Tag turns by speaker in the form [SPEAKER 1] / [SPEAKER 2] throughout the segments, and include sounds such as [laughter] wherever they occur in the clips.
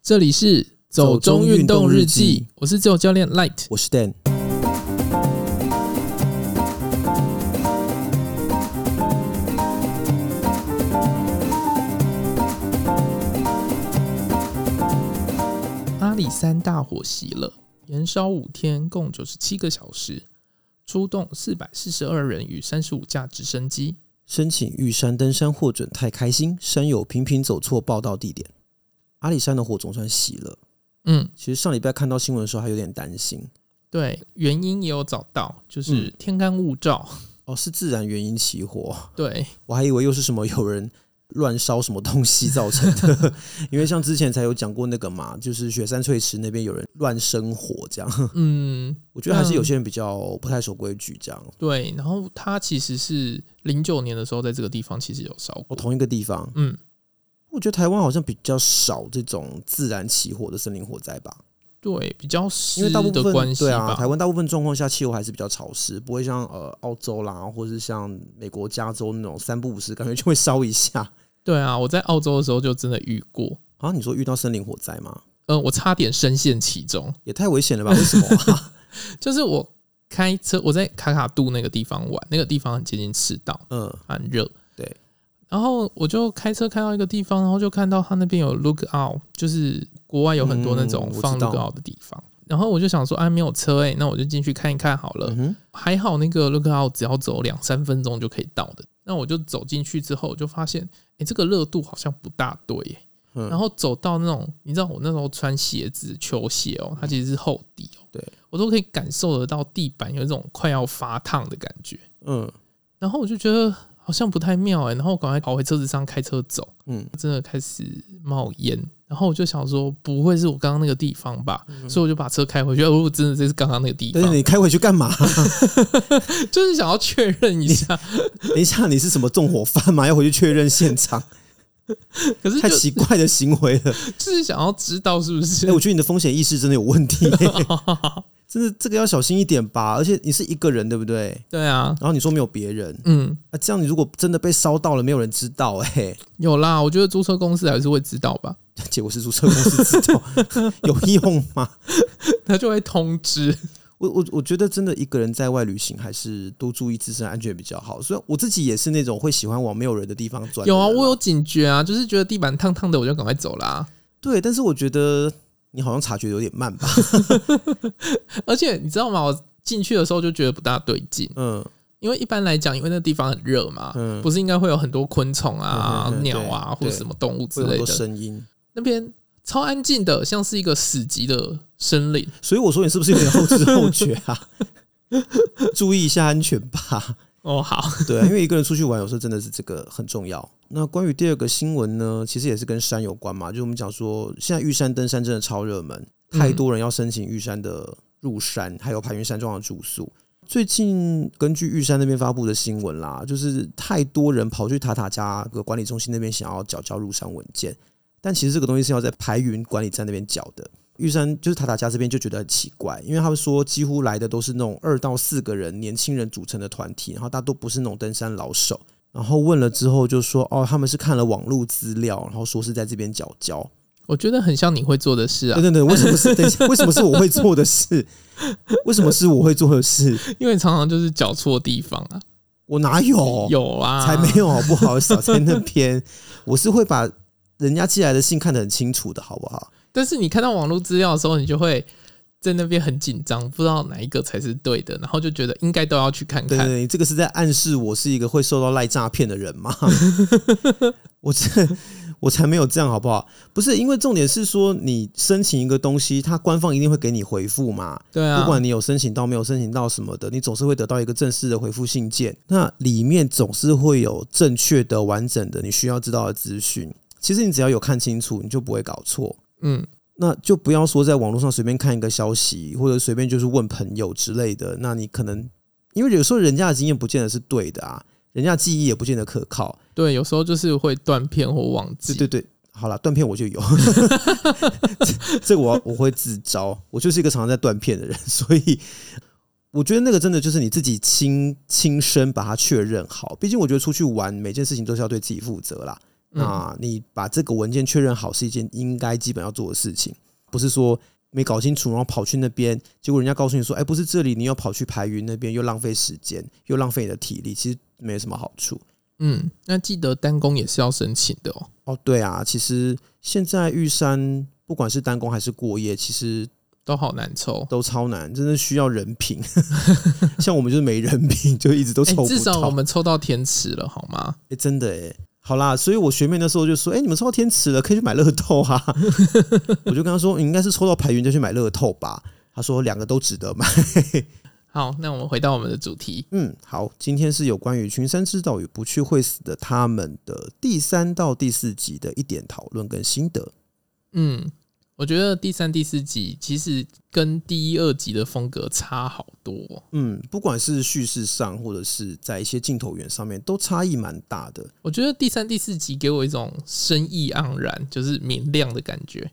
[SPEAKER 1] 这里是走中运动日记，我是自由教练 Light。
[SPEAKER 2] 我是 Dan。
[SPEAKER 1] 阿里山大火袭了，延烧五天，共九十七个小时，出动四百四十二人与三十五架直升机。
[SPEAKER 2] 申请玉山登山获准太开心，山友频频走错报道地点。阿里山的火总算熄了。
[SPEAKER 1] 嗯，
[SPEAKER 2] 其实上礼拜看到新闻的时候还有点担心，
[SPEAKER 1] 对，原因也有找到，就是
[SPEAKER 2] 嗯
[SPEAKER 1] 天干物燥。 [laughs]
[SPEAKER 2] 哦，是自然原因起火，
[SPEAKER 1] 对，
[SPEAKER 2] 我还以为又是什么有人乱烧什么东西造成的， [laughs] 因为像之前才有讲过那个嘛，就是雪山翠池那边有人乱生火这样。 [laughs]
[SPEAKER 1] 嗯，
[SPEAKER 2] 我觉得还是有些人比较不太守规矩这样。
[SPEAKER 1] 对。然后他其实是零九年的时候，在这个地方其实有烧
[SPEAKER 2] 我
[SPEAKER 1] 过。
[SPEAKER 2] 哦同一个地方，
[SPEAKER 1] 嗯，
[SPEAKER 2] 我觉得台湾好像比较少这种自然起火的森林火灾吧。
[SPEAKER 1] 对，比较
[SPEAKER 2] 因
[SPEAKER 1] 湿
[SPEAKER 2] 为大部
[SPEAKER 1] 的关
[SPEAKER 2] 分
[SPEAKER 1] 系
[SPEAKER 2] 对
[SPEAKER 1] 吧。
[SPEAKER 2] 啊，台湾大部分状况下气候还是比较潮湿，不会像呃澳洲啦，或是像美国加州那种三不五时感觉就会烧一下。 [laughs]
[SPEAKER 1] 对啊，我在澳洲的时候就真的遇过，
[SPEAKER 2] 啊，你说遇到森林火灾吗？
[SPEAKER 1] 嗯，我差点深陷其中。
[SPEAKER 2] 也太危险 [laughs] 了吧？为什么啊、
[SPEAKER 1] 就是我开车，我在卡卡杜那个地方玩，那个地方很接近赤道，
[SPEAKER 2] 嗯，
[SPEAKER 1] 很热。
[SPEAKER 2] 对。
[SPEAKER 1] 然后我就开车开到一个地方，然后就看到他那边有 look out，就是国外有很多那
[SPEAKER 2] 嗯
[SPEAKER 1] 种
[SPEAKER 2] 我知
[SPEAKER 1] 放
[SPEAKER 2] 道
[SPEAKER 1] look out 的地方。然后我就想说，哎、没有车哎、那我就进去看一看好了。
[SPEAKER 2] 嗯哼，
[SPEAKER 1] 还好那个 look out 只要走两三分钟就可以到的。那我就走进去之后，我就发现，哎、这个热度好像不大对耶、
[SPEAKER 2] 嗯
[SPEAKER 1] 然后走到那种，你知道我那时候穿鞋子球鞋哦，它其实是厚底哦，
[SPEAKER 2] 嗯对
[SPEAKER 1] 我都可以感受得到地板有一种快要发烫的感觉。
[SPEAKER 2] 嗯
[SPEAKER 1] 然后我就觉得好像不太妙哎、然后我赶快跑回车子上开车走，
[SPEAKER 2] 嗯，
[SPEAKER 1] 真的开始冒烟。然后我就想说，不会是我刚刚那个地方吧？所以我就把车开回去。哦，真的这是刚刚那个地
[SPEAKER 2] 嗯但是
[SPEAKER 1] 方，
[SPEAKER 2] 你开回去干 [laughs] 嘛？
[SPEAKER 1] [laughs] 就是想要确认一下。
[SPEAKER 2] 等一下，你是什么纵火犯吗？要回去确认现 [laughs] 场，
[SPEAKER 1] 可是
[SPEAKER 2] 太
[SPEAKER 1] 就
[SPEAKER 2] 奇怪的行为 [laughs] 了。
[SPEAKER 1] 就是想要知道是不是
[SPEAKER 2] 哎、？我觉得你的风险意识真的有问 [laughs] 题、真的这个要小心一点吧。而且你是一个人，对不对？
[SPEAKER 1] 对啊，
[SPEAKER 2] 然后你说没有别人
[SPEAKER 1] 嗯，
[SPEAKER 2] 啊，这样你如果真的被烧到了，没有人知道、哎。
[SPEAKER 1] 有啦。我觉得租车公司还是会知道吧， [laughs]
[SPEAKER 2] 结果是注册公司知道 [laughs] 有用吗？
[SPEAKER 1] 他就会通知。
[SPEAKER 2] 我我我觉得真的一个人在外旅行还是多注意自身安全比较好。虽然我自己也是那种会喜欢往没有人的地方钻的
[SPEAKER 1] 有
[SPEAKER 2] 人，
[SPEAKER 1] 啊，我有警觉啊，就是觉得地板烫烫的，我就赶快走啦。
[SPEAKER 2] 对，但是我觉得你好像察觉得有点
[SPEAKER 1] [laughs]
[SPEAKER 2] 慢吧。
[SPEAKER 1] 而且你知道吗？我进去的时候就觉得不大对劲，
[SPEAKER 2] 嗯，
[SPEAKER 1] 因为一般来讲，因为那地方很热嘛，
[SPEAKER 2] 嗯
[SPEAKER 1] 不是应该会有很多昆虫啊、
[SPEAKER 2] 嗯嗯嗯
[SPEAKER 1] 鸟啊或
[SPEAKER 2] 对
[SPEAKER 1] 者什么动物之
[SPEAKER 2] 会有
[SPEAKER 1] 类
[SPEAKER 2] 很多
[SPEAKER 1] 的，
[SPEAKER 2] 声音，
[SPEAKER 1] 那边超安静的，像是一个死寂的森林。
[SPEAKER 2] 所以我说你是不是有点后知后觉啊？ [laughs] 注意一下安全吧。
[SPEAKER 1] 哦，好，
[SPEAKER 2] 对啊，因为一个人出去玩，有时候真的是这个很重要。那关于第二个新闻呢，其实也是跟山有关嘛，就是我们讲说，现在玉山登山真的超热门，
[SPEAKER 1] 嗯
[SPEAKER 2] 太多人要申请玉山的入山，还有排云山庄的住宿。最近根据玉山那边发布的新闻啦，就是太多人跑去塔塔加个管理中心那边想要缴交入山文件，但其实这个东西是要在排云管理站那边缴的。玉山就是塔塔加这边就觉得很奇怪，因为他们说几乎来的都是那种二到四个人年轻人组成的团体，然后大都不是那种登山老手。然后问了之后就说哦，他们是看了网络资料，然后说是在这边缴交。
[SPEAKER 1] 我觉得很像你会做的事啊
[SPEAKER 2] 等，等等，为什么是？ [laughs] 等一下，为什么是我会做的事？为什么是我会做的事？
[SPEAKER 1] 因为常常就是脚错地方啊，
[SPEAKER 2] 我哪有？
[SPEAKER 1] 有啊，
[SPEAKER 2] 哦才没有好不好？少在那边， [laughs] 我是会把人家寄来的信看得很清楚的，好不好？
[SPEAKER 1] 但是你看到网络资料的时候，你就会在那边很紧张，不知道哪一个才是对的，然后就觉得应该都要去看
[SPEAKER 2] 对对
[SPEAKER 1] 看。
[SPEAKER 2] 对，你这个是在暗示我是一个会受到赖诈骗的人吗？我这我才没有这样，好不好？不是，因为重点是说你申请一个东西，它官方一定会给你回复嘛。
[SPEAKER 1] 对啊
[SPEAKER 2] 不，管你有申请到没有申请到什么的，你总是会得到一个正式的回复信件，那里面总是会有正确的、完整的你需要知道的资讯。其实你只要有看清楚，你就不会搞错。
[SPEAKER 1] 嗯，
[SPEAKER 2] 那就不要说在网络上随便看一个消息，或者随便就是问朋友之类的。那你可能因为有时候人家的经验不见得是对的啊，人家记忆也不见得可靠。
[SPEAKER 1] 对，有时候就是会断片或忘记。
[SPEAKER 2] 对对对，好了，断片我就有， [laughs] 这这我我会自招，我就是一个常常在断片的人，所以我觉得那个真的就是你自己亲亲身把它确认好。毕竟我觉得出去玩每件事情都是要对自己负责啦，那你把这个文件确认好是一件应该基本要做的事情，不是说没搞清楚，然后跑去那边，结果人家告诉你说，哎、不是这里，你要跑去排云那边，又浪费时间，又浪费你的体力，其实没什么好处。
[SPEAKER 1] 嗯，那记得单工也是要申请的哦。
[SPEAKER 2] 哦，对啊，其实现在玉山不管是单工还是过夜，其实
[SPEAKER 1] 都好难抽，
[SPEAKER 2] 都超难，真的需要人品。 [laughs] 像我们就是没人品，就一直都抽
[SPEAKER 1] 哎，
[SPEAKER 2] 不到。
[SPEAKER 1] 至少我们抽到天池了，好吗？
[SPEAKER 2] 哎、真的哎、好啦，所以我学妹那时候就说：“哎、你们抽到天池了，可以去买乐透啊。” [laughs] 我就跟她说：“你应该是抽到排云再去买乐透吧。”她说：“两个都值得买。
[SPEAKER 1] 好，那我们回到我们的主题”。
[SPEAKER 2] [laughs] 嗯，好，今天是有关于群山之岛与不去会死的他们的第三到第四集的一点讨论跟心得。
[SPEAKER 1] 嗯，我觉得第三、第四集其实跟第一、二集的风格差好多哦。
[SPEAKER 2] 嗯，不管是叙事上，或者是在一些镜头源上面，都差异蛮大的。
[SPEAKER 1] 我觉得第三、第四集给我一种深意盎然，就是明亮的感觉，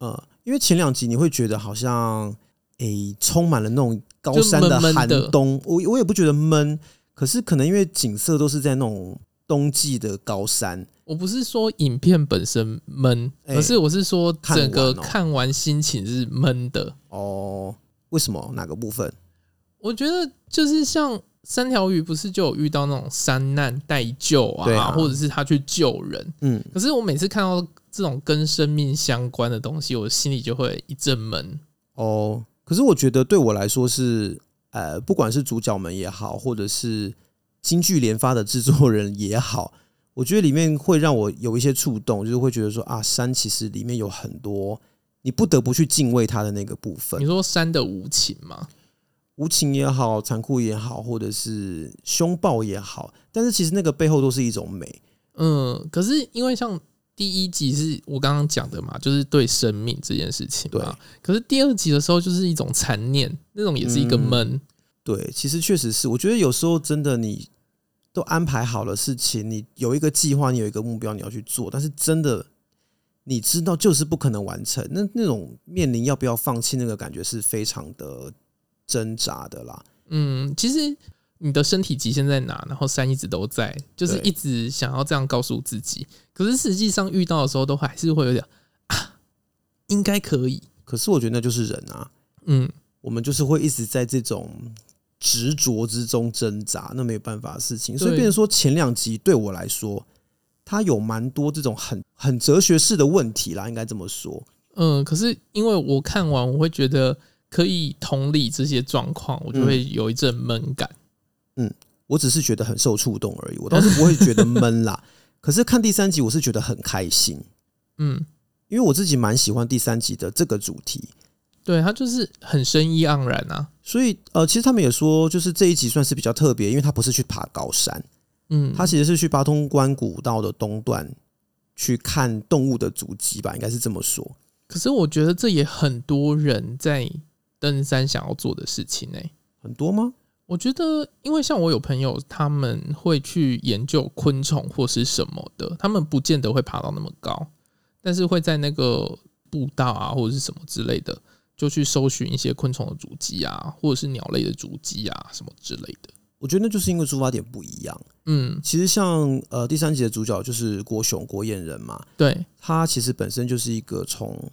[SPEAKER 2] 呃，因为前两集你会觉得好像诶、充满了那种高
[SPEAKER 1] 就
[SPEAKER 2] 山
[SPEAKER 1] 闷闷
[SPEAKER 2] 寒
[SPEAKER 1] 的
[SPEAKER 2] 冬，我我也不觉得闷，可是可能因为景色都是在那种冬季的高山，
[SPEAKER 1] 我不是说影片本身闷，
[SPEAKER 2] 哎
[SPEAKER 1] 而是我是说
[SPEAKER 2] 看
[SPEAKER 1] 整
[SPEAKER 2] 完
[SPEAKER 1] 个
[SPEAKER 2] 哦
[SPEAKER 1] 看完心情是闷的。
[SPEAKER 2] 哦，为什么哪个部分？
[SPEAKER 1] 我觉得就是像三条鱼，不是就有遇到那种山难待救
[SPEAKER 2] 对
[SPEAKER 1] 啊，
[SPEAKER 2] 啊
[SPEAKER 1] 或者是他去救人。
[SPEAKER 2] 嗯，
[SPEAKER 1] 可是我每次看到这种跟生命相关的东西，我心里就会一阵闷。
[SPEAKER 2] 哦，可是我觉得对我来说是，呃，不管是主角们也好，或者是京剧连发的制作人也好， [laughs] 我觉得里面会让我有一些触动，就是会觉得说啊，山其实里面有很多你不得不去敬畏它的那个部分
[SPEAKER 1] 你。说山的无情吗？
[SPEAKER 2] 无情也好，残酷也好，或者是凶暴也好，但是其实那个背后都是一种美。
[SPEAKER 1] 嗯，可是因为像第一集是我刚刚讲的嘛，就是对生命这件事情嘛。可是第二集的时候，就是一种残念，那种也是一个
[SPEAKER 2] 嗯
[SPEAKER 1] 闷。
[SPEAKER 2] 对，其实确实是，我觉得有时候真的你都安排好了事情，你有一个计划，你有一个目标你要去做，但是真的你知道就是不可能完成，那那种面临要不要放弃那个感觉是非常的挣扎的啦。
[SPEAKER 1] 嗯，其实你的身体极限在哪？然后山一直都在，就是
[SPEAKER 2] 对
[SPEAKER 1] 一直想要这样告诉自己。可是实际上遇到的时候，都还是会有点啊，应该可以。
[SPEAKER 2] 可是我觉得那就是人啊，
[SPEAKER 1] 嗯，
[SPEAKER 2] 我们就是会一直在这种执着之中挣扎，那没有办法的事情。所以，
[SPEAKER 1] 对
[SPEAKER 2] 变成说前两集对我来说，它有蛮多这种很很哲学式的问题啦，应该这么说。
[SPEAKER 1] 嗯，可是因为我看完，我会觉得可以同理这些状况，我就会有一阵闷感。
[SPEAKER 2] 我只是觉得很受触动而已，我倒是不会觉得闷啦。可是看第三集，我是觉得很开心，
[SPEAKER 1] 嗯，
[SPEAKER 2] 因为我自己蛮喜欢第三集的这个主题。
[SPEAKER 1] 对，它就是很深意盎然啊。
[SPEAKER 2] 所以，呃，其实他们也说，就是这一集算是比较特别，因为他不是去爬高山，
[SPEAKER 1] 嗯，
[SPEAKER 2] 他其实是去八通关古道的东段去看动物的足迹吧，应该是这么说。
[SPEAKER 1] 可是我觉得这也很多人在登山想要做的事情欸呢、
[SPEAKER 2] 很多吗？
[SPEAKER 1] 我觉得，因为像我有朋友，他们会去研究昆虫或是什么的，他们不见得会爬到那么高，但是会在那个步道啊，或者是什么之类的，就去搜寻一些昆虫的足迹啊，或者是鸟类的足迹啊，什么之类的。
[SPEAKER 2] 我觉得那就是因为出发点不一样。
[SPEAKER 1] 嗯，
[SPEAKER 2] 其实像呃第三集的主角就是郭雄郭燕人嘛，
[SPEAKER 1] 对，
[SPEAKER 2] 他其实本身就是一个从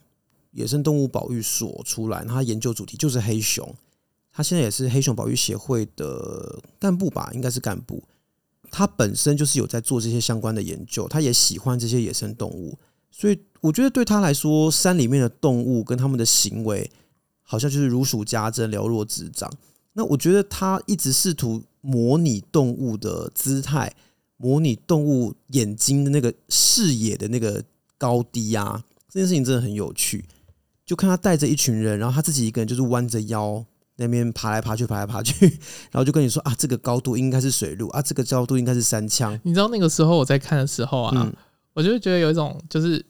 [SPEAKER 2] 野生动物保育所出来，他研究主题就是黑熊，他现在也是黑熊保育协会的干部吧，应该是干部。他本身就是有在做这些相关的研究，他也喜欢这些野生动物，所以我觉得对他来说，山里面的动物跟他们的行为，好像就是如数家珍、了若指掌。那我觉得他一直试图模拟动物的姿态，模拟动物眼睛的那个视野的那个高低啊，这件事情真的很有趣。就看他带着一群人，然后他自己一个人就是弯着腰那边爬来爬去，爬来爬去， [laughs] 然后就跟你说啊，这个高度应该是水路啊，这个高度应该是山枪。
[SPEAKER 1] 你知道那个时候我在看的时候啊，
[SPEAKER 2] 嗯，
[SPEAKER 1] 我就会觉得有一种就是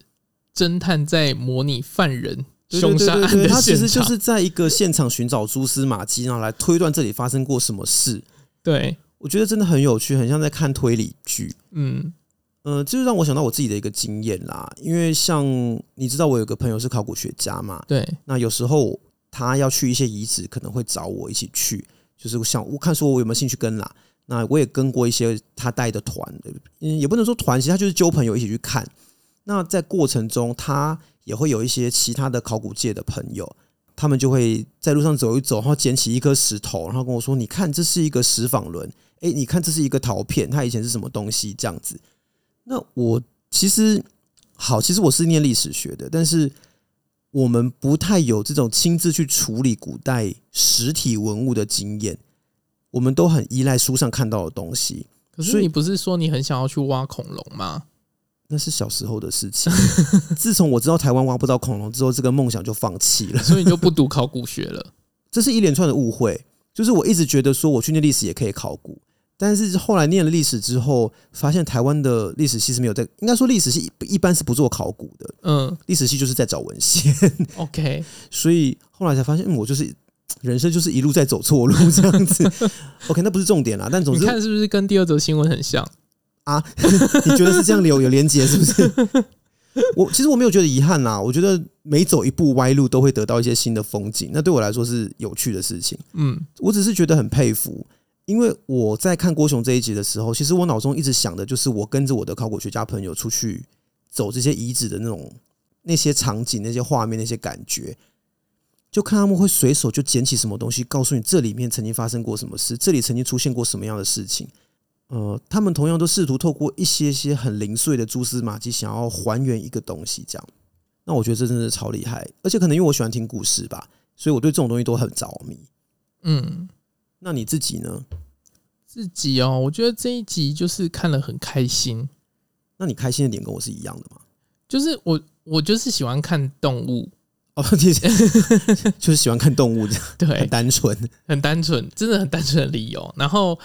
[SPEAKER 1] 侦探在模拟犯人
[SPEAKER 2] 对
[SPEAKER 1] 凶杀案
[SPEAKER 2] 对对对
[SPEAKER 1] 的
[SPEAKER 2] 对他其
[SPEAKER 1] 现
[SPEAKER 2] 实就
[SPEAKER 1] 场，
[SPEAKER 2] 是在一个现场寻找蛛丝马迹，然后来推断这里发生过什么事。
[SPEAKER 1] 对，
[SPEAKER 2] 我觉得真的很有趣，很像在看推理剧。
[SPEAKER 1] 嗯
[SPEAKER 2] 嗯、这就让我想到我自己的一个经验啦。因为像你知道，我有个朋友是考古学家嘛，
[SPEAKER 1] 对，
[SPEAKER 2] 那有时候他要去一些遗址，可能会找我一起去，就是想我看说我有没有兴趣跟啦。那我也跟过一些他带的团，嗯，也不能说团，其实他就是揪朋友一起去看。那在过程中，他也会有一些其他的考古界的朋友，他们就会在路上走一走，然后捡起一颗石头，然后跟我说：“你看，这是一个石访轮，诶，你看这是一个陶片，它以前是什么东西？”这样子。那我其实好，其实我是念历史学的，但是我们不太有这种亲自去处理古代实体文物的经验，我们都很依赖书上看到的东西。
[SPEAKER 1] 可
[SPEAKER 2] 所
[SPEAKER 1] 是
[SPEAKER 2] 以
[SPEAKER 1] 你不是说你很想要去挖恐龙吗？
[SPEAKER 2] 那是小时候的事情。自从我知道台湾挖不到恐龙之后，这个梦想就放弃了。
[SPEAKER 1] 所以你就不读考古学了？
[SPEAKER 2] 这是一连串的误会，就是我一直觉得说我去念历史也可以考古，但是后来念了历史之后，发现台湾的历史系是没有在，应该说历史系一般是不做考古的，
[SPEAKER 1] 嗯
[SPEAKER 2] 历史系就是在找文献，
[SPEAKER 1] ，OK，
[SPEAKER 2] 所以后来才发现，嗯，我就是人生就是一路在走错路这样子。OK，那不 [laughs] 是重点啦，但总
[SPEAKER 1] 你
[SPEAKER 2] 之
[SPEAKER 1] 看是不是跟第二则新闻很像？
[SPEAKER 2] 啊， [laughs] 你觉得是这样有有连结是不是？ [laughs] 我其实我没有觉得遗憾啦，我觉得每走一步歪路都会得到一些新的风景，那对我来说是有趣的事情。
[SPEAKER 1] 嗯
[SPEAKER 2] 我只是觉得很佩服，因为我在看郭雄这一集的时候，其实我脑中一直想的就是我跟着我的考古学家朋友出去走这些遗址的那种那些场景、那些画面、那些感觉，就看他们会随手就捡起什么东西，告诉你这里面曾经发生过什么事，这里曾经出现过什么样的事情。呃，他们同样都试图透过一些些很零碎的蛛丝马迹，想要还原一个东西，这样。那我觉得这真的是超厉害，而且可能因为我喜欢听故事吧，所以我对这种东西都很着迷。
[SPEAKER 1] 嗯，
[SPEAKER 2] 那你自己呢？
[SPEAKER 1] 自己哦，我觉得这一集就是看了很开心，
[SPEAKER 2] 那你开心的点跟我是一样的吗？ [laughs]
[SPEAKER 1] 就是我我就是喜欢看动物，
[SPEAKER 2] 哦，其实 [laughs] 就是喜欢看动物，这样很
[SPEAKER 1] 对，
[SPEAKER 2] 单纯。
[SPEAKER 1] 很单纯，真的很单纯的理由。然后，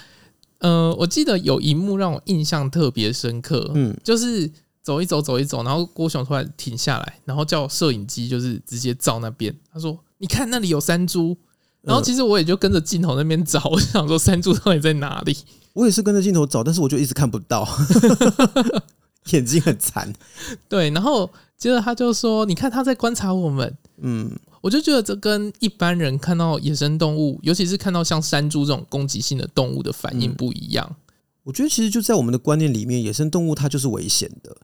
[SPEAKER 1] 呃，我记得有一幕让我印象特别深刻，
[SPEAKER 2] 嗯，
[SPEAKER 1] 就是走一走走一走，然后郭雄突然停下来，然后叫摄影机就是直接照那边，他说：“你看那里有山猪。”然后
[SPEAKER 2] 嗯
[SPEAKER 1] 其实我也就跟着镜头那边找，我 [laughs] 就想说山猪到底在哪里？
[SPEAKER 2] 我也是跟着镜头找，但是我就一直看不到，眼睛很残。
[SPEAKER 1] 对，然后接着他就说：“你看他在观察我们。”
[SPEAKER 2] 嗯，
[SPEAKER 1] 我就觉得这跟一般人看到野生动物，尤其是看到像山猪这种攻击性的动物的反应
[SPEAKER 2] 嗯
[SPEAKER 1] 不一样。
[SPEAKER 2] 我觉得其实就在我们的观念里面，野生动物它就是危险的。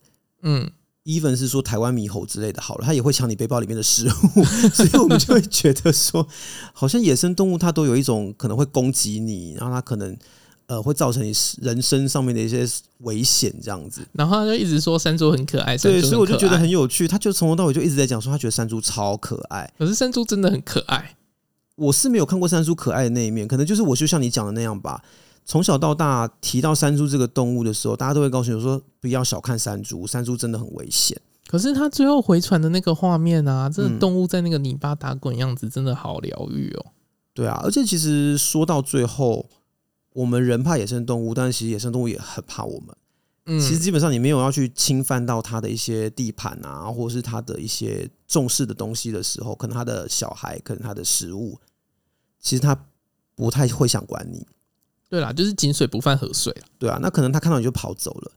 [SPEAKER 1] 嗯，
[SPEAKER 2] even 是说台湾猕猴之类的，好了，它也会抢你背包里面的食物， [laughs] 所以我们就会觉得说，好像野生动物它都有一种可能会攻击你，然后它可能呃会造成你人身上面的一些危险这样子。
[SPEAKER 1] 然后他就一直说山猪很可爱，山
[SPEAKER 2] 对，
[SPEAKER 1] 猪
[SPEAKER 2] 所以我就
[SPEAKER 1] 可
[SPEAKER 2] 觉得
[SPEAKER 1] 爱
[SPEAKER 2] 很有趣。他就从头到尾就一直在讲说，他觉得山猪超可爱。
[SPEAKER 1] 可是山猪真的很可爱。
[SPEAKER 2] 我是没有看过山猪可爱的那一面，可能就是我就像你讲的那样吧。从小到大提到山猪这个动物的时候，大家都会告诉你说，不要小看山猪，山猪真的很危险。
[SPEAKER 1] 可是他最后回传的那个画面啊，真
[SPEAKER 2] 嗯
[SPEAKER 1] 的动物在那个泥巴打滚样子，真的好疗愈哦。
[SPEAKER 2] 对啊，而且其实说到最后，我们人怕野生动物，但是其实野生动物也很怕我们。
[SPEAKER 1] 嗯，
[SPEAKER 2] 其实基本上你没有要去侵犯到它的一些地盘啊，或者是它的一些重视的东西的时候，可能它的小孩，可能它的食物，其实它不太会想管你。
[SPEAKER 1] 对啦，就是井水不犯河水啦
[SPEAKER 2] 对啊，那可能他看到你就跑走了，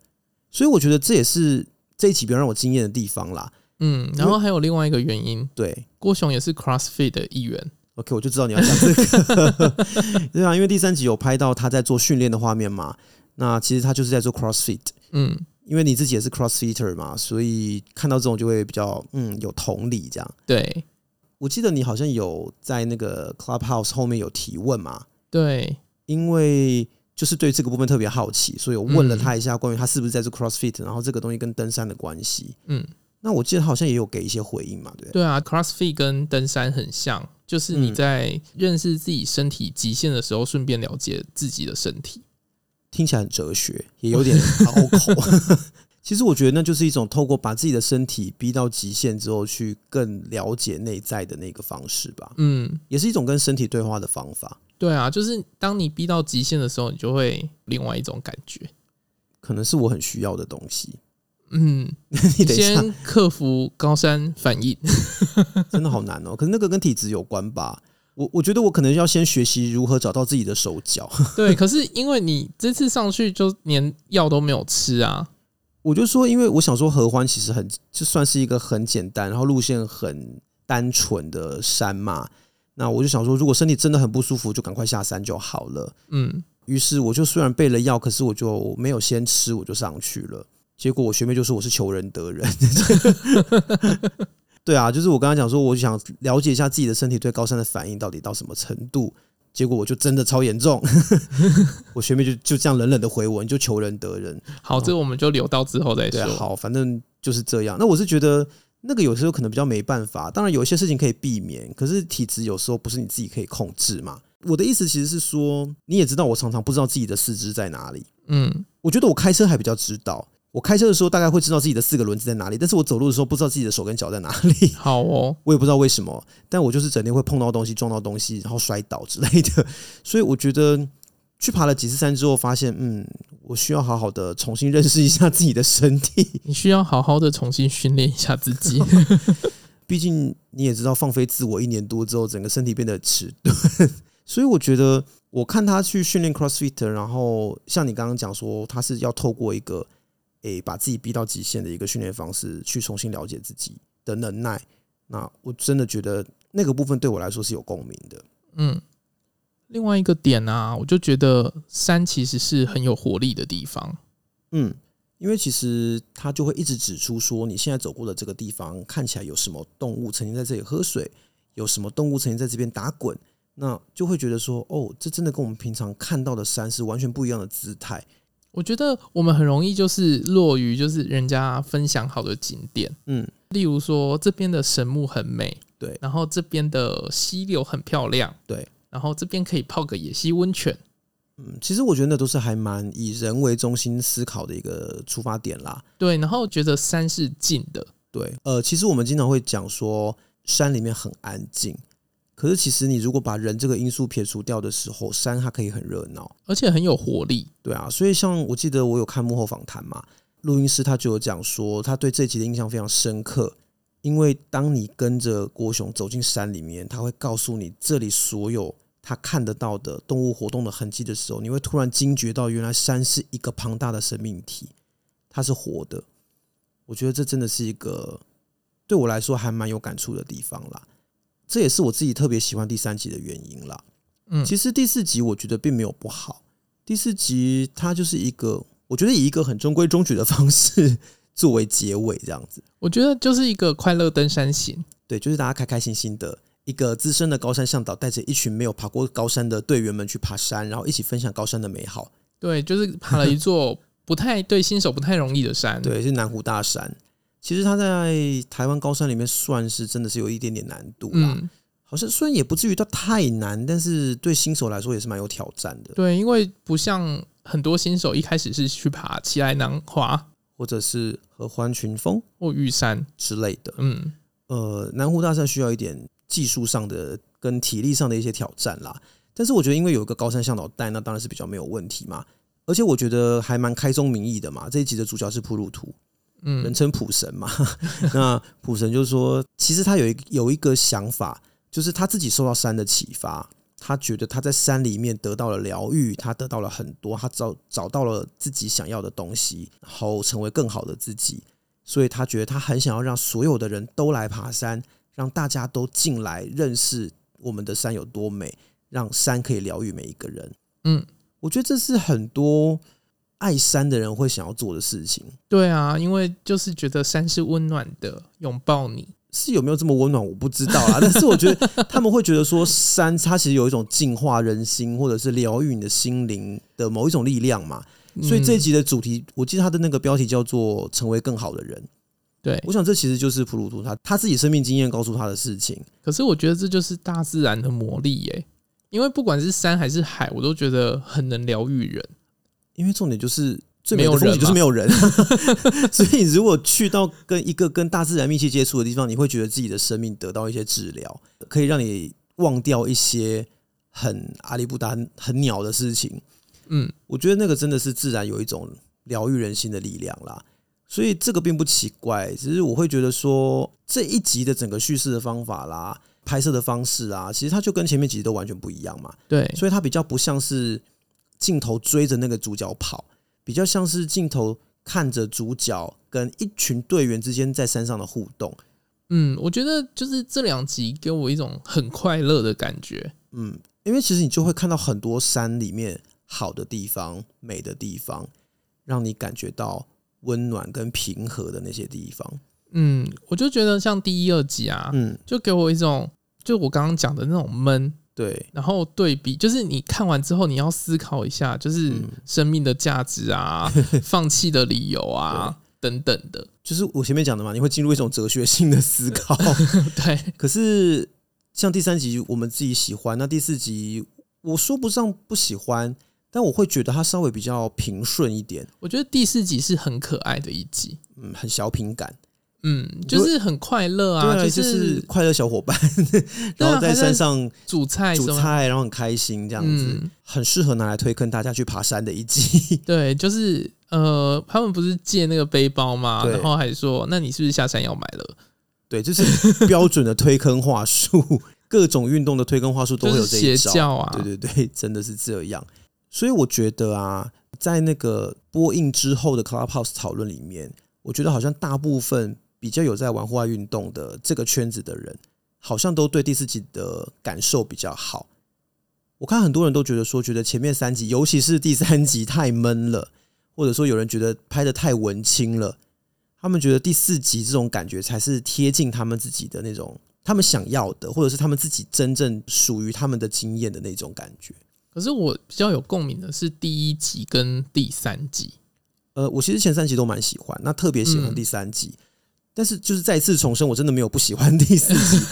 [SPEAKER 2] 所以我觉得这也是这一集比较让我惊艳的地方啦。
[SPEAKER 1] 嗯，然后还有另外一个原因，
[SPEAKER 2] 对
[SPEAKER 1] 郭雄也是 CrossFit 的一员。
[SPEAKER 2] ，OK，我就知道你要讲这个， [laughs] 对啊，因为第三集有拍到他在做训练的画面嘛，那其实他就是在做 CrossFit，
[SPEAKER 1] 嗯，
[SPEAKER 2] 因为你自己也是 CrossFitter 嘛，所以看到这种就会比较嗯有同理这样。
[SPEAKER 1] 对
[SPEAKER 2] 我记得你好像有在那个 Clubhouse 后面有提问嘛，
[SPEAKER 1] 对，
[SPEAKER 2] 因为就是对这个部分特别好奇，所以我问了
[SPEAKER 1] 嗯
[SPEAKER 2] 他一下关于他是不是在做 CrossFit，然后这个东西跟登山的关系。
[SPEAKER 1] 嗯，
[SPEAKER 2] 那我记得他好像也有给一些回应嘛，对不对
[SPEAKER 1] 对啊，CrossFit 跟登山很像，就是你
[SPEAKER 2] 嗯
[SPEAKER 1] 在认识自己身体极限的时候，顺便了解自己的身体。
[SPEAKER 2] 听起来很哲学，也有点拗口。 [laughs] 其实我觉得那就是一种透过把自己的身体逼到极限之后，去更了解内在的那个方式吧，
[SPEAKER 1] 嗯，
[SPEAKER 2] 也是一种跟身体对话的方法。
[SPEAKER 1] 对啊，就是当你逼到极限的时候，你就会另外一种感觉。
[SPEAKER 2] 可能是我很需要的东西。
[SPEAKER 1] 嗯，
[SPEAKER 2] [laughs] 你
[SPEAKER 1] 你
[SPEAKER 2] 等一下，
[SPEAKER 1] 先克服高山反应。
[SPEAKER 2] 真的好难哦。可是那个跟体质有关吧？我我觉得我可能要先学习如何找到自己的手脚。 [laughs]
[SPEAKER 1] 对，可是因为你这次上去就连药都没有吃啊，
[SPEAKER 2] 我就说，因为我想说，合欢其实很就算是一个很简单，然后路线很单纯的山嘛。那我就想说，如果身体真的很不舒服，就赶快下山就好了。
[SPEAKER 1] 嗯，
[SPEAKER 2] 于是我就虽然备了药，可是我就没有先吃，我就上去了。结果我学妹就说我是求人得人。 [laughs] 对啊，就是我跟她讲说，我想了解一下自己的身体对高山的反应到底到什么程度。结果我就真的超严重， [laughs] 我学妹就就这样冷冷的回我，你就求人得人。
[SPEAKER 1] 好，这个我们就留到之后再
[SPEAKER 2] 哦对啊，
[SPEAKER 1] 说。
[SPEAKER 2] 好，反正就是这样。那我是觉得那个有时候可能比较没办法，当然有一些事情可以避免，可是体质有时候不是你自己可以控制嘛。我的意思其实是说，你也知道，我常常不知道自己的四肢在哪里。
[SPEAKER 1] 嗯，
[SPEAKER 2] 我觉得我开车还比较知道，我开车的时候大概会知道自己的四个轮子在哪里，但是我走路的时候不知道自己的手跟脚在哪里， [laughs]
[SPEAKER 1] 好哦，
[SPEAKER 2] 我也不知道为什么。但我就是整天会碰到东西、撞到东西，然后摔倒之类的。所以我觉得去爬了几次山之后，发现嗯，我需要好好的重新认识一下自己的身体。
[SPEAKER 1] 你需要好好的重新训练一下自
[SPEAKER 2] [laughs]
[SPEAKER 1] 己。
[SPEAKER 2] 毕竟你也知道，放飞自我一年多之后，整个身体变得迟钝， [laughs] 所以我觉得我看他去训练 CrossFit，然后像你刚刚讲说，他是要透过一个诶、把自己逼到极限的一个训练方式，去重新了解自己的能耐。那我真的觉得那个部分对我来说是有共鸣的。
[SPEAKER 1] 嗯，另外一个点啊，我就觉得山其实是很有活力的地方。
[SPEAKER 2] 嗯，因为其实他就会一直指出说，你现在走过的这个地方看起来有什么动物曾经在这里喝水，有什么动物曾经在这边打滚，那就会觉得说，哦，这真的跟我们平常看到的山是完全不一样的姿态。
[SPEAKER 1] 我觉得我们很容易就是落于就是人家分享好的景点，
[SPEAKER 2] 嗯，
[SPEAKER 1] 例如说这边的神木很美，
[SPEAKER 2] 对
[SPEAKER 1] 然后这边的溪流很漂亮，
[SPEAKER 2] 对，
[SPEAKER 1] 然后这边可以泡个野溪温泉，
[SPEAKER 2] 嗯，其实我觉得那都是还蛮以人为中心思考的一个出发点啦。
[SPEAKER 1] 对，然后觉得山是近的，
[SPEAKER 2] 对，呃，其实我们经常会讲说山里面很安静，可是其实你如果把人这个因素撇除掉的时候，山它可以很热闹。
[SPEAKER 1] 而且很有活力。
[SPEAKER 2] 对啊，所以像我记得我有看幕后访谈嘛，录音师他就有讲说，他对这集的印象非常深刻，因为当你跟着郭雄走进山里面，他会告诉你这里所有他看得到的动物活动的痕迹的时候，你会突然惊觉到，原来山是一个庞大的生命体，它是活的。我觉得这真的是一个对我来说还蛮有感触的地方啦，这也是我自己特别喜欢第三集的原因啦。
[SPEAKER 1] 嗯，
[SPEAKER 2] 其实第四集我觉得并没有不好，第四集它就是一个，我觉得以一个很中规中矩的方式 [laughs] 作为结尾，这样子。
[SPEAKER 1] 我觉得就是一个快乐登山行。
[SPEAKER 2] 对，就是大家开开心心的，一个资深的高山向导带着一群没有爬过高山的队员们去爬山，然后一起分享高山的美好。
[SPEAKER 1] 对，就是爬了一座不太对新手不太容易的山。，
[SPEAKER 2] 对，是南湖大山。其实它在台湾高山里面算是真的是有一点点难度啦，
[SPEAKER 1] 嗯，
[SPEAKER 2] 好像虽然也不至于到太难，但是对新手来说也是蛮有挑战的，
[SPEAKER 1] 对，因为不像很多新手一开始是去爬奇来南华
[SPEAKER 2] 或者是合欢群峰
[SPEAKER 1] 或玉山，
[SPEAKER 2] 之类的。
[SPEAKER 1] 嗯，
[SPEAKER 2] 呃，南湖大山需要一点技术上的跟体力上的一些挑战啦。但是我觉得，因为有一个高山向导带，那当然是比较没有问题嘛。而且我觉得还蛮开宗明义的嘛。这一集的主角是普鲁图，
[SPEAKER 1] 嗯
[SPEAKER 2] 人称普神嘛。 [laughs] 那普神就说，其实他有一有一个想法，就是他自己受到山的启发，他觉得他在山里面得到了疗愈，他得到了很多，他找找到了自己想要的东西，然后成为更好的自己。所以他觉得他很想要让所有的人都来爬山，让大家都进来认识我们的山有多美，让山可以疗愈每一个人。
[SPEAKER 1] 嗯，
[SPEAKER 2] 我觉得这是很多爱山的人会想要做的事情。
[SPEAKER 1] 对啊，因为就是觉得山是温暖的，拥抱你。
[SPEAKER 2] 是有没有这么温暖，我不知
[SPEAKER 1] [laughs]
[SPEAKER 2] 道啦。但是我觉得他们会觉得说，山它其实有一种净化人心，或者是疗愈你的心灵的某一种力量嘛。所以这一
[SPEAKER 1] 嗯
[SPEAKER 2] 集的主题，我记得它的那个标题叫做“成为更好的人”。
[SPEAKER 1] 对，
[SPEAKER 2] 我想这其实就是普鲁图他他自己生命经验告诉他的事情。
[SPEAKER 1] 可是我觉得这就是大自然的魔力耶、因为不管是山还是海，我都觉得很能疗愈人。
[SPEAKER 2] 因为重点就是最
[SPEAKER 1] 没
[SPEAKER 2] 美
[SPEAKER 1] 有
[SPEAKER 2] 的风
[SPEAKER 1] 人
[SPEAKER 2] 景就
[SPEAKER 1] 嘛
[SPEAKER 2] 是没有人， [laughs] 所以如果去到跟一个跟大自然密切接触的地方，你会觉得自己的生命得到一些治疗，可以让你忘掉一些很阿里不达、很鸟的事情。
[SPEAKER 1] 嗯，
[SPEAKER 2] 我觉得那个真的是自然有一种疗愈人心的力量啦。所以这个并不奇怪，只是我会觉得说这一集的整个叙事的方法啦、拍摄的方式啊，其实它就跟前面几集都完全不一样嘛。
[SPEAKER 1] 对，
[SPEAKER 2] 所以它比较不像是镜头追着那个主角跑，比较像是镜头看着主角跟一群队员之间在山上的互动。
[SPEAKER 1] 嗯，我觉得就是这两集给我一种很快乐的感觉。
[SPEAKER 2] 嗯，因为其实你就会看到很多山里面好的地方、美的地方，让你感觉到温暖跟平和的那些地方。
[SPEAKER 1] 嗯，我就觉得像第一、二集啊，
[SPEAKER 2] 嗯，
[SPEAKER 1] 就给我一种就我刚刚讲的那种闷，
[SPEAKER 2] 对，
[SPEAKER 1] 然后对比，就是你看完之后，你要思考一下，就是
[SPEAKER 2] 嗯
[SPEAKER 1] 生命的价值
[SPEAKER 2] [laughs]
[SPEAKER 1] 啊、放弃的理由啊等等的。 [laughs]
[SPEAKER 2] 就是我前面讲的嘛，你会进入一种哲学性的思考。
[SPEAKER 1] 对，
[SPEAKER 2] 可是像第三集我们自己喜欢，那第四集我说不上不喜欢，但我会觉得它稍微比较平顺一点，
[SPEAKER 1] 我觉得第四集是很可爱的一集，
[SPEAKER 2] 嗯，很小品感。
[SPEAKER 1] 嗯，就是很快乐啊，
[SPEAKER 2] 对啊，
[SPEAKER 1] 就
[SPEAKER 2] 就是快乐小伙伴，
[SPEAKER 1] 对
[SPEAKER 2] [laughs] 然
[SPEAKER 1] 啊
[SPEAKER 2] 后在
[SPEAKER 1] 还在
[SPEAKER 2] 山上
[SPEAKER 1] 煮菜什
[SPEAKER 2] 煮
[SPEAKER 1] 么，
[SPEAKER 2] 菜，然后很开心这样子，
[SPEAKER 1] 嗯，
[SPEAKER 2] 很适合拿来推坑大家去爬山的一集。 [laughs]
[SPEAKER 1] 对，就是呃，他们不是借那个背包嘛，
[SPEAKER 2] 对
[SPEAKER 1] 然后还说，那你是不是下山要买了？
[SPEAKER 2] 对，就是标准的推坑话术，各种运动的推坑话术都
[SPEAKER 1] 就
[SPEAKER 2] 会有
[SPEAKER 1] 是
[SPEAKER 2] 这一
[SPEAKER 1] 邪
[SPEAKER 2] 招。
[SPEAKER 1] 教啊，
[SPEAKER 2] 对对 [laughs] 对，真的是这样。所以我觉得啊，在那个播映之后的 Clubhouse 讨论里面，我觉得好像大部分比较有在玩户外运动的这个圈子的人，好像都对第四集的感受比较好。我看很多人都觉得说，觉得前面三集，尤其是第三集太闷了，或者说有人觉得拍的太文青了，他们觉得第四集这种感觉才是贴近他们自己的那种他们想要的，或者是他们自己真正属于他们的经验的那种感觉。
[SPEAKER 1] 可是我比较有共鸣的是第一集跟第三集，
[SPEAKER 2] 呃，我其实前三集都蛮喜欢，那特别喜欢
[SPEAKER 1] 嗯
[SPEAKER 2] 第三集，但是就是再次重申，我真的没有不喜欢第四集，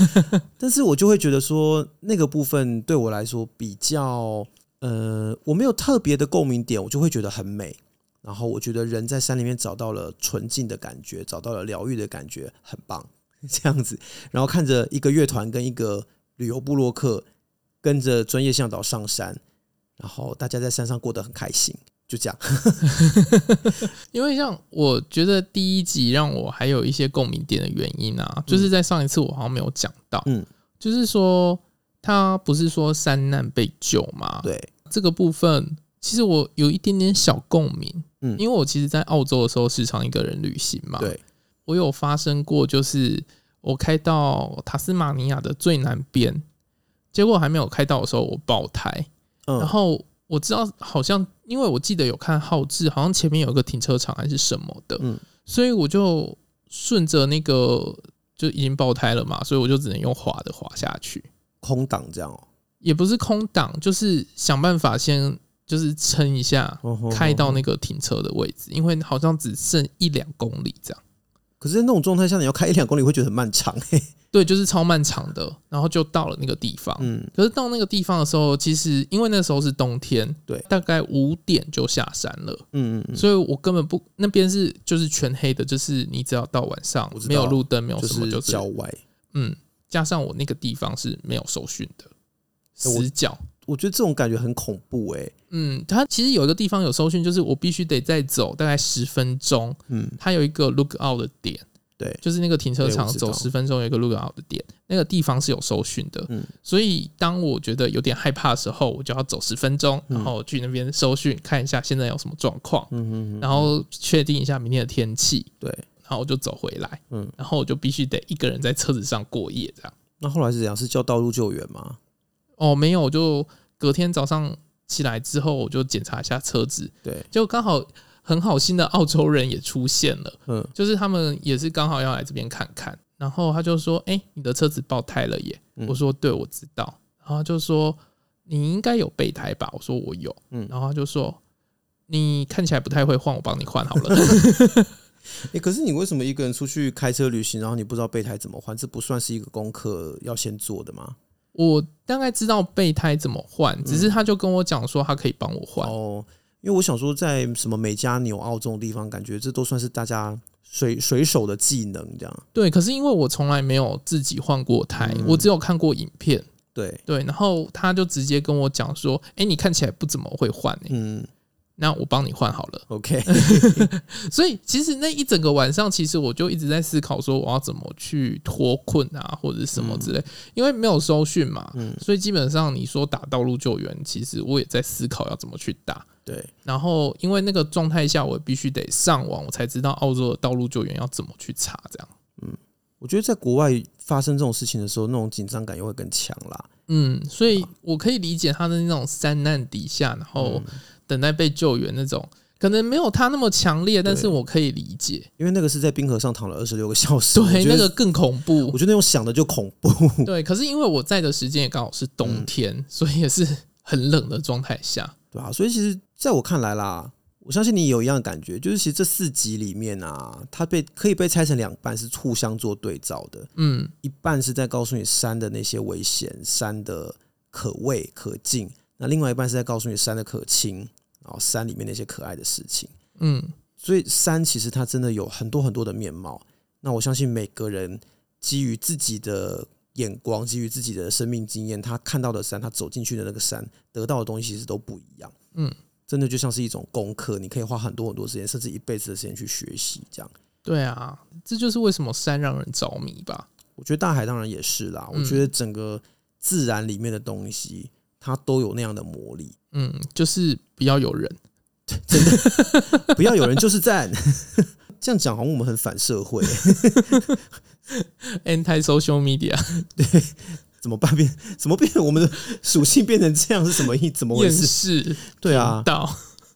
[SPEAKER 1] [laughs]
[SPEAKER 2] 但是我就会觉得说那个部分对我来说比较，呃，我没有特别的共鸣点，我就会觉得很美。然后我觉得人在山里面找到了纯净的感觉，找到了疗愈的感觉，很棒， [laughs] 这样子。然后看着一个乐团跟一个旅游部落客跟着专业向导上山，然后大家在山上过得很开心，就这样。
[SPEAKER 1] 因为像我觉得第一集让我还有一些共鸣点的原因啊，就是在上一次我好像没有讲到，
[SPEAKER 2] 嗯
[SPEAKER 1] 就是说他不是说山难被救嘛，，
[SPEAKER 2] 对，
[SPEAKER 1] 这个部分其实我有一点点小共鸣，
[SPEAKER 2] 嗯
[SPEAKER 1] 因为我其实，在澳洲的时候时常一个人旅行嘛，
[SPEAKER 2] 对，
[SPEAKER 1] 我有发生过，就是我开到塔斯马尼亚的最南边，结果还没有开到的时候，我爆胎，
[SPEAKER 2] 嗯，
[SPEAKER 1] 然后我知道好像，因为我记得有看浩志，好像前面有个停车场还是什么的，
[SPEAKER 2] 嗯
[SPEAKER 1] 所以我就顺着那个就已经爆胎了嘛，所以我就只能用滑的滑下去，
[SPEAKER 2] 空档这样哦、
[SPEAKER 1] 也不是空档，就是想办法先就是撑一下，
[SPEAKER 2] 哦吼
[SPEAKER 1] 开到
[SPEAKER 2] 吼
[SPEAKER 1] 那个停车的位置，因为好像只剩一两公里这样。
[SPEAKER 2] 可是那种状态下，你要开一两公里会觉得很漫长、欸嘿
[SPEAKER 1] 对，就是超漫长的，然后就到了那个地方。
[SPEAKER 2] 嗯，
[SPEAKER 1] 可是到那个地方的时候，其实因为那时候是冬天，
[SPEAKER 2] 对
[SPEAKER 1] 大概五点就下山了。
[SPEAKER 2] 嗯嗯嗯，
[SPEAKER 1] 所以我根本不那边是就是全黑的，就是你只要到晚上
[SPEAKER 2] 我知道
[SPEAKER 1] 没有路灯，没有
[SPEAKER 2] 就
[SPEAKER 1] 什么，
[SPEAKER 2] 是
[SPEAKER 1] 就是
[SPEAKER 2] 郊外。
[SPEAKER 1] 嗯，加上我那个地方是没有搜讯的，
[SPEAKER 2] 哎我
[SPEAKER 1] 死角。
[SPEAKER 2] 我觉得这种感觉很恐怖哎、
[SPEAKER 1] 嗯，它其实有一个地方有搜讯，就是我必须得再走大概十分钟，
[SPEAKER 2] 嗯，
[SPEAKER 1] 它有一个 look out 的点，
[SPEAKER 2] 对，
[SPEAKER 1] 就是那个停车
[SPEAKER 2] 对
[SPEAKER 1] 场
[SPEAKER 2] 我知道
[SPEAKER 1] 走十分钟有一个 look out 的点，那个地方是有搜讯的。
[SPEAKER 2] 嗯
[SPEAKER 1] 所以当我觉得有点害怕的时候，我就要走十分钟，
[SPEAKER 2] 嗯
[SPEAKER 1] 然后去那边搜讯看一下现在有什么状况，
[SPEAKER 2] 嗯嗯，
[SPEAKER 1] 然后确定一下明天的天气。
[SPEAKER 2] 对，
[SPEAKER 1] 然后我就走回来，
[SPEAKER 2] 嗯，
[SPEAKER 1] 然后我就必须得一个人在车子上过夜这样。
[SPEAKER 2] 那后来是怎样？是叫道路救援吗？
[SPEAKER 1] 哦，没有，我就隔天早上起来之后，我就检查一下车子，
[SPEAKER 2] 对，
[SPEAKER 1] 就刚好很好心的澳洲人也出现了，
[SPEAKER 2] 嗯，
[SPEAKER 1] 就是他们也是刚好要来这边看看，然后他就说：“哎、你的车子爆胎了耶！”
[SPEAKER 2] 嗯
[SPEAKER 1] 我说：“对，我知道。”然后他就说：“你应该有备胎吧？”我说：“我有。”
[SPEAKER 2] 嗯
[SPEAKER 1] 然后他就说。你看起来不太会换，我帮你换好了。 [laughs]
[SPEAKER 2] 哎、可是你为什么一个人出去开车旅行，然后你不知道备胎怎么换？这不算是一个功课要先做的吗？
[SPEAKER 1] 我大概知道备胎怎么换，只
[SPEAKER 2] 嗯
[SPEAKER 1] 是他就跟我讲说他可以帮我换。
[SPEAKER 2] 哦，因为我想说，在什么美加纽澳这种地方，感觉这都算是大家水水手的技能，这样。
[SPEAKER 1] 对，可是因为我从来没有自己换过胎，
[SPEAKER 2] 嗯
[SPEAKER 1] 我只有看过影片。
[SPEAKER 2] 对，
[SPEAKER 1] 对，然后他就直接跟我讲说：“哎、你看起来不怎么会换、欸，
[SPEAKER 2] 嗯
[SPEAKER 1] 那我帮你换好了。
[SPEAKER 2] [laughs] ，OK，”
[SPEAKER 1] 所以其实那一整个晚上，其实我就一直在思考说我要怎么去脱困啊，或者是什么之类，因为没有收讯嘛，
[SPEAKER 2] 嗯
[SPEAKER 1] 所以基本上你说打道路救援，其实我也在思考要怎么去打。
[SPEAKER 2] 对。
[SPEAKER 1] 然后因为那个状态下，我必须得上网，我才知道澳洲的道路救援要怎么去查。这样，
[SPEAKER 2] 我觉得在国外发生这种事情的时候，那种紧张感又会更强啦。
[SPEAKER 1] 嗯，所
[SPEAKER 2] 啊
[SPEAKER 1] 以我可以理解他的那种三难底下，然后
[SPEAKER 2] 嗯
[SPEAKER 1] 等待被救援那种，可能没有他那么强烈，但是我可以理解。
[SPEAKER 2] 因为那个是在冰河上躺了二十六个小时，我
[SPEAKER 1] 对，
[SPEAKER 2] 觉得
[SPEAKER 1] 那个更恐怖
[SPEAKER 2] 我。觉得那种想的就恐怖。
[SPEAKER 1] [laughs] 对，可是因为我在的时间也刚好是冬天，
[SPEAKER 2] 嗯
[SPEAKER 1] 所以也是很冷的状态下。
[SPEAKER 2] 对啊，所以其实在我看来啦，我相信你也有一样的感觉，就是其实这四集里面啊，它被可以被拆成两半，是互相做对照的。
[SPEAKER 1] 嗯
[SPEAKER 2] 一半是在告诉你山的那些危险，山的可畏可敬；那另外一半是在告诉你山的可亲，然后山里面那些可爱的事情。
[SPEAKER 1] 嗯，
[SPEAKER 2] 所以山其实它真的有很多很多的面貌。那我相信每个人基于自己的眼光，基于自己的生命经验，他看到的山，他走进去的那个山，得到的东西其实都不一样。
[SPEAKER 1] 嗯，
[SPEAKER 2] 真的就像是一种功课，你可以花很多很多时间，甚至一辈子的时间去学习。这样，
[SPEAKER 1] 对啊，这就是为什么山让人着迷吧。
[SPEAKER 2] 我觉得大海当然也是啦。
[SPEAKER 1] 嗯
[SPEAKER 2] 我觉得整个自然里面的东西，它都有那样的魔力。
[SPEAKER 1] 嗯，就是比较有人。
[SPEAKER 2] 不要有人就是赞。 [laughs] 这样讲好像我们很反社会、
[SPEAKER 1] anti social media
[SPEAKER 2] [laughs] 怎么办变？ [laughs] 怎么变？我们的属性变成这样是什么
[SPEAKER 1] [laughs]
[SPEAKER 2] 意？怎么回
[SPEAKER 1] 厌
[SPEAKER 2] 事？
[SPEAKER 1] 世
[SPEAKER 2] 对啊
[SPEAKER 1] 频，道，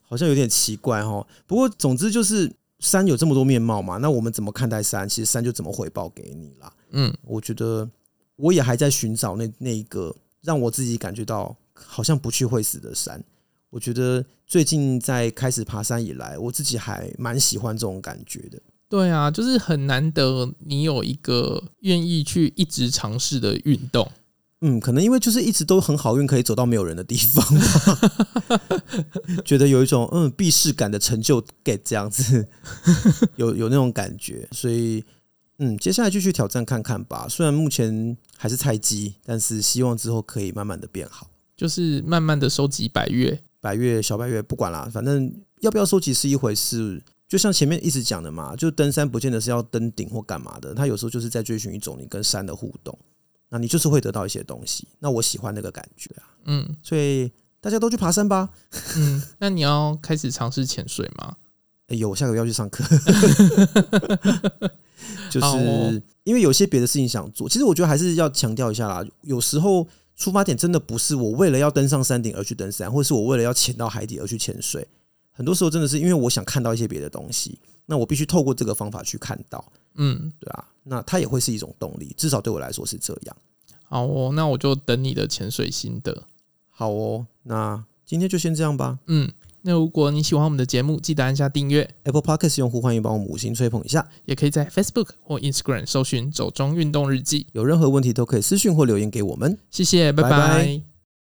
[SPEAKER 2] 好像有点奇怪哈。不过总之就是山有这么多面貌嘛，那我们怎么看待山？其实山就怎么回报给你啦。
[SPEAKER 1] 嗯
[SPEAKER 2] 我觉得我也还在寻找那那一个让我自己感觉到好像不去会死的山。我觉得最近在开始爬山以来，我自己还蛮喜欢这种感觉的。
[SPEAKER 1] 对啊，就是很难得你有一个愿意去一直尝试的运动。
[SPEAKER 2] 嗯，可能因为就是一直都很好运，可以走到没有人的地方吧， [laughs] 觉得有一种嗯避世感的成就感，这样子有有那种感觉，所以嗯，接下来就去挑战看看吧。虽然目前还是菜鸡，但是希望之后可以慢慢的变好。
[SPEAKER 1] 就是慢慢的收集百越，
[SPEAKER 2] 百越、小百越不管啦，反正要不要收集是一回事。就像前面一直讲的嘛，就登山不见得是要登顶或干嘛的，它有时候就是在追寻一种你跟山的互动，那你就是会得到一些东西。那我喜欢那个感觉啊。
[SPEAKER 1] 嗯
[SPEAKER 2] 所以大家都去爬山吧。
[SPEAKER 1] 嗯，那你要开始尝试潜水吗？
[SPEAKER 2] 哎有，我下个月要去
[SPEAKER 1] [laughs]
[SPEAKER 2] 上课，就
[SPEAKER 1] 好哦
[SPEAKER 2] 是因为有些别的事情想做。其实我觉得还是要强调一下啦，有时候出发点真的不是我为了要登上山顶而去登山，或是我为了要潜到海底而去潜水。很多时候真的是因为我想看到一些别的东西，那我必须透过这个方法去看到，
[SPEAKER 1] 嗯，
[SPEAKER 2] 对啊，那它也会是一种动力，至少对我来说是这样。
[SPEAKER 1] 好哦，那我就等你的潜水心得。
[SPEAKER 2] 好哦，那今天就先这样吧。
[SPEAKER 1] 嗯，那如果你喜欢我们的节目，记得按下订阅，
[SPEAKER 2] Apple Podcast 用户欢迎帮我们五星吹捧一下。
[SPEAKER 1] 也可以在 Facebook 或 Instagram 搜寻“走中运动日记
[SPEAKER 2] 有任何问题都可以私讯或留言给我们。”。
[SPEAKER 1] 谢谢，拜
[SPEAKER 2] 拜
[SPEAKER 1] 拜
[SPEAKER 2] 拜